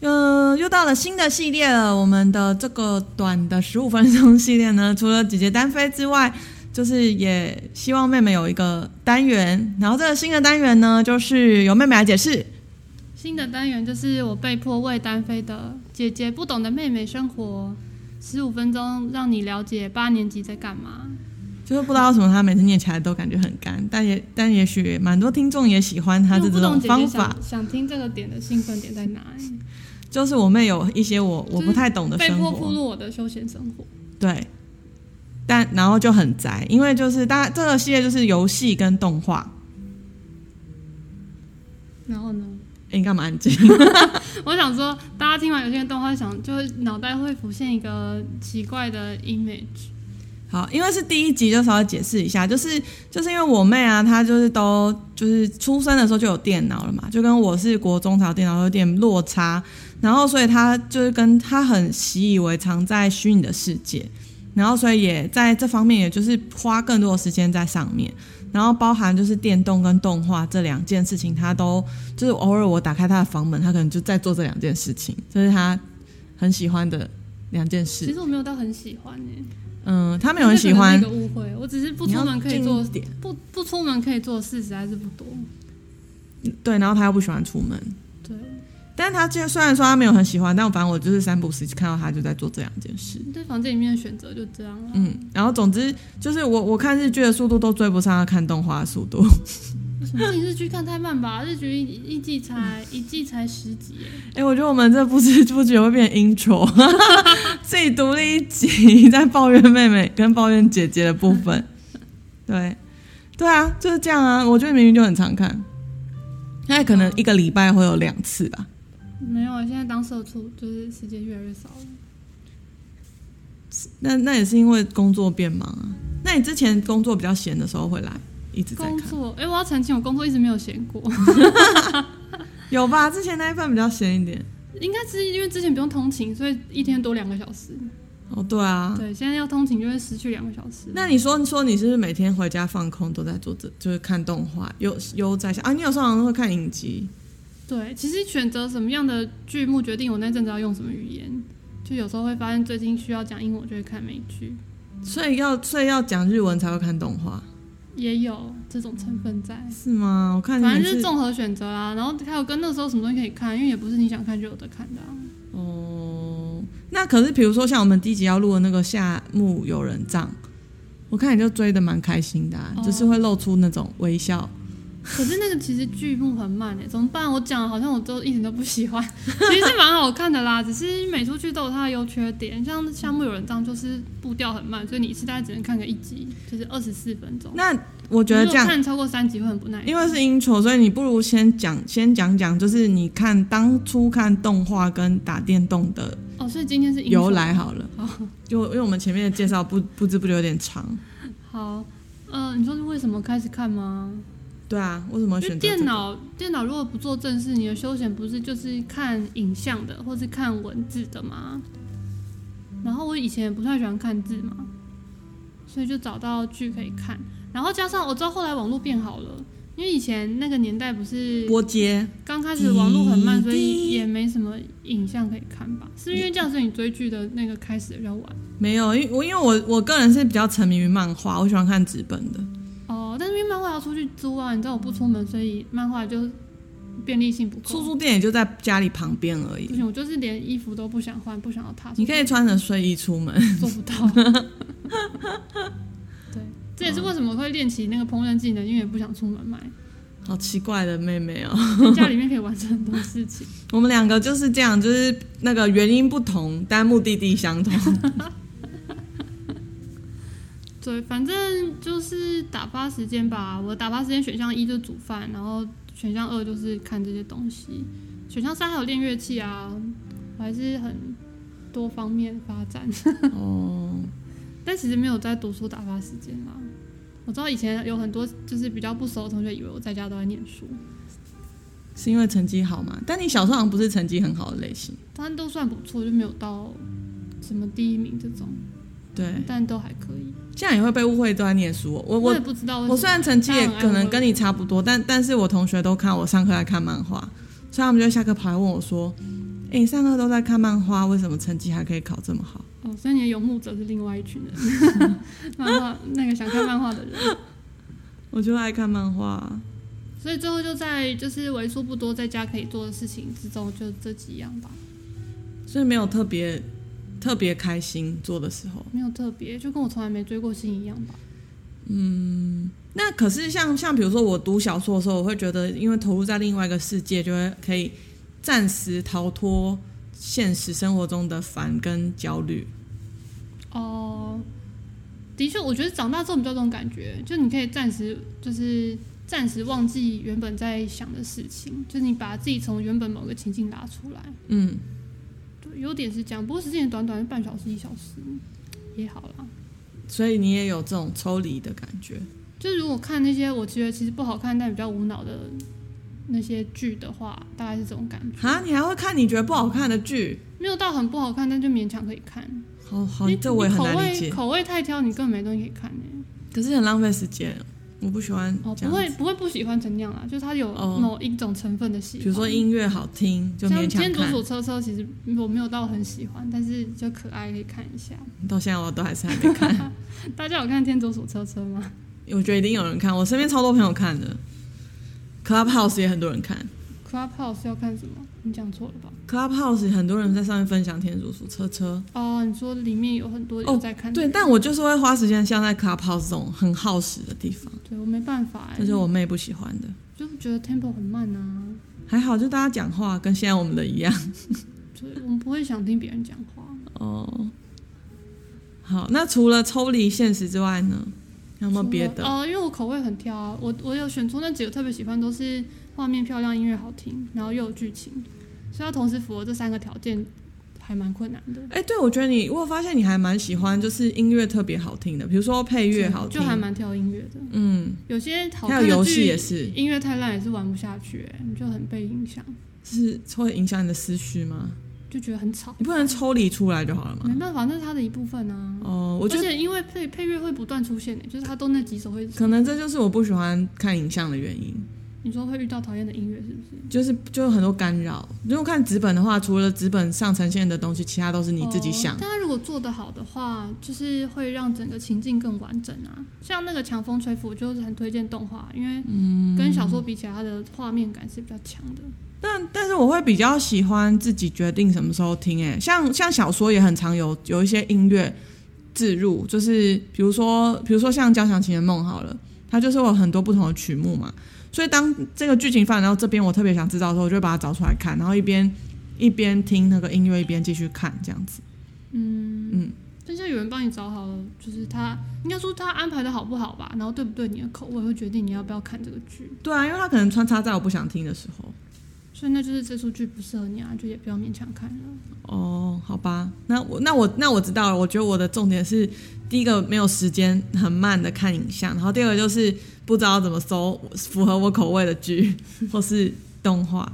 嗯，又到了新的系列了。我们的这个短的十五分钟系列呢， 除了姐姐单飞之外，就是也希望妹妹有一个单元。然后这个新的单元呢，就是由妹妹来解释。新的单元就是我被迫为单飞的姐姐不懂的妹妹生活，十五分钟让你了解八年级在干嘛。就是不知道为什么，她每次念起来都感觉很干，但也但也许蛮多听众也喜欢她因为的这我不懂种姐方姐法。想想听这个点的兴奋点在哪 里？就是我妹有一些我我不太懂的被生迫步活，入我的休闲生活。对，但然后就很宅，因为就是大这个系列就是游戏跟动画。然后呢，诶你干嘛安静？我想说，大家听完有些动画，想就会脑袋会浮现一个奇怪的 image。好，因为是第一集，就稍微解释一下，就是就是因为我妹啊，她就是都就是出生的时候就有电脑了嘛，就跟我是国中才有电脑，有点落差，然后所以她就是跟她很习以为常在虚拟的世界，然后所以也在这方面，也就是花更多的时间在上面。然后包含就是电动跟动画这两件事情，她都就是偶尔我打开她的房门，她可能就在做这两件事情，这、是她很喜欢的两件其事。实我没有到很喜欢耶、嗯，她他没有很喜欢一个误会，我只是不出门可以你要做近一点不不出门可以做的事实在是不多。对，然后他又不喜欢出门，对但是他既然虽然说他没有很喜欢，但反正我就是三不五时看到他就在做这两件事。对，房间里面的选择就这样了。嗯，然后总之就是我我看日剧的速度都追不上他看动画的速度， 什么日剧看太慢吧？日剧一一季才一季才十集耶，哎、我觉得我们这不知不觉会变 intro，自 己独立一集在抱怨妹妹跟抱怨姐姐的部 分。对，对啊，就是这样啊。我觉得明明就很常看，那可能一个礼拜会有两次吧。没有，现在当社畜就是时间越来越少了。那那也是因为工作变忙啊。那你之前工作比较闲的时候会来一直在工看，作，哎、我要澄清，我工作一直没有闲过， 有吧？之前那一份比较闲一点。应该是因为之前不用通勤，所以一天多两个小时。哦，对啊。对，现在要通勤就会失去两个小时。那你说，你说你是不是每天回家放空都在做这，就是看动画，悠悠哉想啊？你有时候好像会看影集，对，其实选择什么样的剧目决定我那阵子要用什么语言。就有时候会发现最近需要讲英文，我就会看美剧，所以要所以要讲日文才会看动画，也有这种成分在。是吗？我看嗯你反正们就是是综合选择啊，然后还有跟那时候什么东西可以看，因为也不是你想看就有的看的、啊。哦。那可是比如说像我们第一集要录的那个夏目友人帐，我看你就追的蛮开心的、啊，哦就是会露出那种微笑。可是那个其实剧目很慢哎、怎么办？我讲好像我都一点都不喜欢， 其实是蛮好看的啦，只是每出剧都有它的优缺点。像《夏目友人帐》就是步调很慢，所以你一次大概只能看个一集，就是二十四分钟。那我觉得这如果样看超过三集会很不耐烦，因为是 intro，所以你不如先讲，先讲讲，就是你看当初看动画跟打电动的哦，所以今天是 intro 由来。好了。好就因为我们前面的介绍不不知不觉有点长。好，呃，你说是为什么开始看吗？对啊，为什么因选为择、电？脑电脑如果不做正事，你的休闲不是就是看影像的，或是看文字的吗？然后我以前不太喜欢看字嘛，所以就找到剧可以看。然后加上我知道后来网络变好了，因为以前那个年代不是波接刚开始网络很慢，滴滴所以也没什么影像可以看吧？是不是因为这样，所以你追剧的那个开始比较晚没有，因为我因为我我个人是比较沉迷于漫画，我喜欢看纸本的。哦。但是因为漫画要出去租啊，你知道我不出门，所以漫画就便利性不够。出租店也就在家里旁边而不 已，行，我就是连衣服都不想换，不想要踏出去。你可以穿着睡衣出门。做不到。对，这也是为什么会练起那个烹饪技能，因为也不想出门买，好奇怪的妹妹哦。在家里面可以完成很多事情。我们两个就是这样，就是那个原因不同，但目的地相同。对，反正就是打发时间吧。我打发时间选项一就是煮饭，然后选项二就是看这些东西，选项三还有练乐器啊，我还是很多方面发展。哦，但其实没有在读书打发时间啦。我知道以前有很多就是比较不熟的同学以为我在家都在念书，是因为成绩好吗？但你小时候好像不是成绩很好的类型，但都算不错，就没有到什么第一名这种，对，但都还可以。这样也会被误会都在念书哦。我我我也不知道为什么我虽然成绩也可能跟你大差家很爱问我不多，但但是我同学都看我上课在看漫画，所以他们就下课跑来问我说：“哎、你上课都在看漫画，为什么成绩还可以考这么好？哦，所以你的拥护者是另外一群人， 漫画那个想看漫画的人。我就爱看漫画。啊所以最后就在就是为数不多在家可以做的事情之中，就这几样吧，所以没有特别特别开心做的时候。没有特别，就跟我从来没追过星一样吧。那可是像像比如说我读小说的时候，我会觉得因为投入在另外一个世界，就会可以暂时逃脱现实生活中的烦跟焦虑。哦，的确，我觉得长大之后比较有这种感觉，就你可以暂时就是暂时忘记原本在想的事情，就是你把自己从原本某个情境拉出来。嗯，对，有点是这样，不过时间也短短，半小时一小时也好啦。所以你也有这种抽离的感觉。就是如果看那些我觉得其实不好看但比较无脑的那些剧的话，大概是这种感觉，啊，你还会看你觉得不好看的剧？没有到很不好看，但就勉强可以看。好好你，哦这我也你很口难理味解。口味太挑，你根本没东西可以看呢、可是很浪费时间，我不喜欢哦，这样。不会不会不喜欢成那样啦，就是它有哦某一种成分的喜比欢。如说音乐好听就勉像今强天主看，主车车，其实我没有到很喜欢，但是就可爱可以看一下。到现在我都还是还没看。大家有看天竺鼠车车吗？我觉得一定有人看，我身边超多朋友看的。Clubhouse 也很多人看 Clubhouse 要看什么？你讲错了吧？ ，Clubhouse 很多人在上面分享天竺鼠车车。哦，你说里面有很多哦有在看的对，人、但我就是会花时间像在 Clubhouse 这种很耗时的地方，对我没办法哎、这是我妹不喜欢的。就觉得 tempo 很慢啊，还好，就大家讲话跟现在我们的一样。所以我们不会想听别人讲话。哦，好，那除了抽离现实之外呢，有没有别除了的？哦，因为我口味很挑啊，我我有选出那几个特别喜欢，都是画面漂亮、音乐好听，然后又有剧情，所以它同时符合这三个条件，还蛮困难的。哎、对，我觉得你，我发现你还蛮喜欢，就是音乐特别好听的，比如说配乐好听，就还蛮挑音乐的。嗯，有些好还看有的游戏剧也是，音乐太烂也是玩不下去、欸，你就很被影响，是会影响你的思绪吗？就觉得很吵，你不能抽离出来就好了没吗？办法，那是它的一部分啊。哦，我而觉得且因为配配乐会不断出现、欸，就是它都那几首会，可能这就是我不喜欢看影像的原因，你说会遇到讨厌的音乐是不是？就是就有很多干扰。如果看纸本的话，除了纸本上呈现的东西，其他都是你自己想哦。但它如果做得好的话，就是会让整个情境更完整啊。像那个《强风吹拂》，我就是很推荐动画，因为嗯跟小说比起来，它的画面感是比较强的。但但是我会比较喜欢自己决定什么时候听、哎，像像小说也很常有有一些音乐置入，就是比如说比如说像《交响情人梦》好了，它就是有很多不同的曲目嘛。所以当这个剧情发展到这边，我特别想知道的时候，我就会把它找出来看，然后一边一边听那个音乐，一边继续看这样子。嗯嗯但像有人帮你找好了，就是他应该说他安排的好不好吧，然后对不对你的口味，会决定你要不要看这个剧。对啊，因为它可能穿插在我不想听的时候。所以那就是这出剧不适合你啊，就也不要勉强看了。哦，好吧，那我那我那我知道了。我觉得我的重点是，第一个没有时间，很慢的看影像，然后第二个就是不知道怎么搜符合我口味的剧或是动画。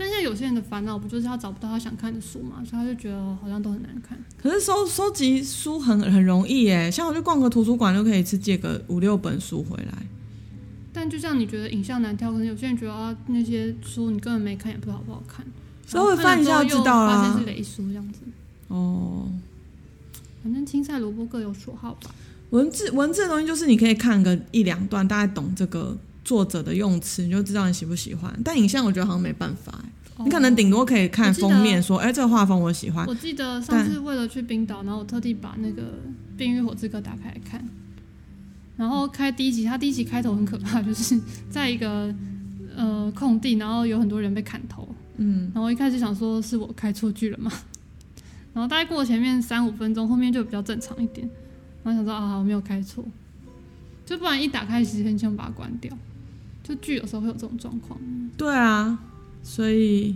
但是有些人的烦恼不就是他找不到他想看的书嘛，所以他就觉得好像都很难看。可是收收集书很很容易耶，像我去逛个图书馆就可以一次借个五六本书回来。但就像你觉得影像难挑，可能有些人觉得啊，那些书你根本没看，也不知道好不好看。稍微翻一下就知道啦然后看了之后又发现是雷书这样子。哦，反正青菜萝卜各有所好吧。文字文字的东西就是你可以看个一两段，大概懂这个作者的用词，你就知道你喜不喜欢。但影像我觉得好像没办法耶，你可能顶多可以看我记得啊封面说，哎、这个画风我喜欢哦哦。。我记得上次为了去冰岛，然后我特地把那个《冰与火之歌》打开来看，然后开第一集，它第一集开头很可怕，就是在一个呃空地，然后有很多人被砍头，嗯，然后一开始想说是我开错剧了嘛， 然后大概过前面三五分钟，后面就比较正常一点，然后想说啊我没有开错，就不然一打开其实很想把它关掉，就剧有时候会有这种状况，对啊，所以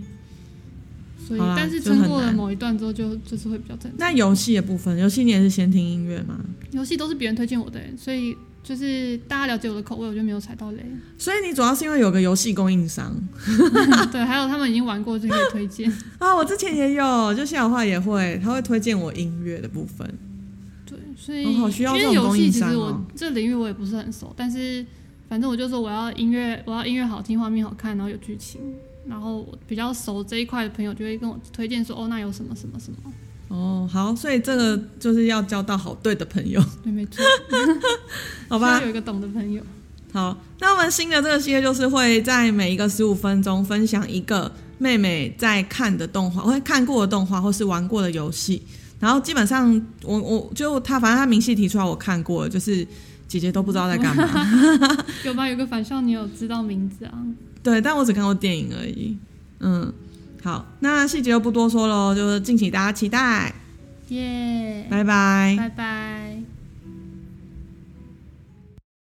所以好啦但是就很撑过了难某一段之后就就是会比较正常。那游戏的部分，游戏你也是先听音乐吗？游戏都是别人推荐我的，所以就是大家了解我的口味，我就没有踩到雷。 所以你主要是因为有个游戏供应商对，还有他们已经玩过就可以推荐。啊，我之前也有，就小话也会，他会推荐我音乐的部分。对，所以、哦好需要因这为种游供戏应其商实哦我这领域我也不是很熟，但是反正我就说我要音乐，我要音乐好听，画面好看，然后有剧情，然后我比较熟这一块的朋友就会跟我推荐说，哦，那有什么什么什么，哦，好，所以这个就是要交到好对的朋友， 对，没错，好吧需要？有一个懂的朋友，好，那我们新的这个系列就是会在每一个十五分钟分享一个妹妹在看的动画，或看过的动画，或是玩过的游戏。然后基本上我，我就她，反正她明细提出来，我看过了，就是姐姐都不知道在干嘛。有吧？有个反校，你有知道名字啊？对，但我只看过电影而已。嗯，好，那细节就不多说喽，就是敬请大家期待。耶、拜拜。拜拜。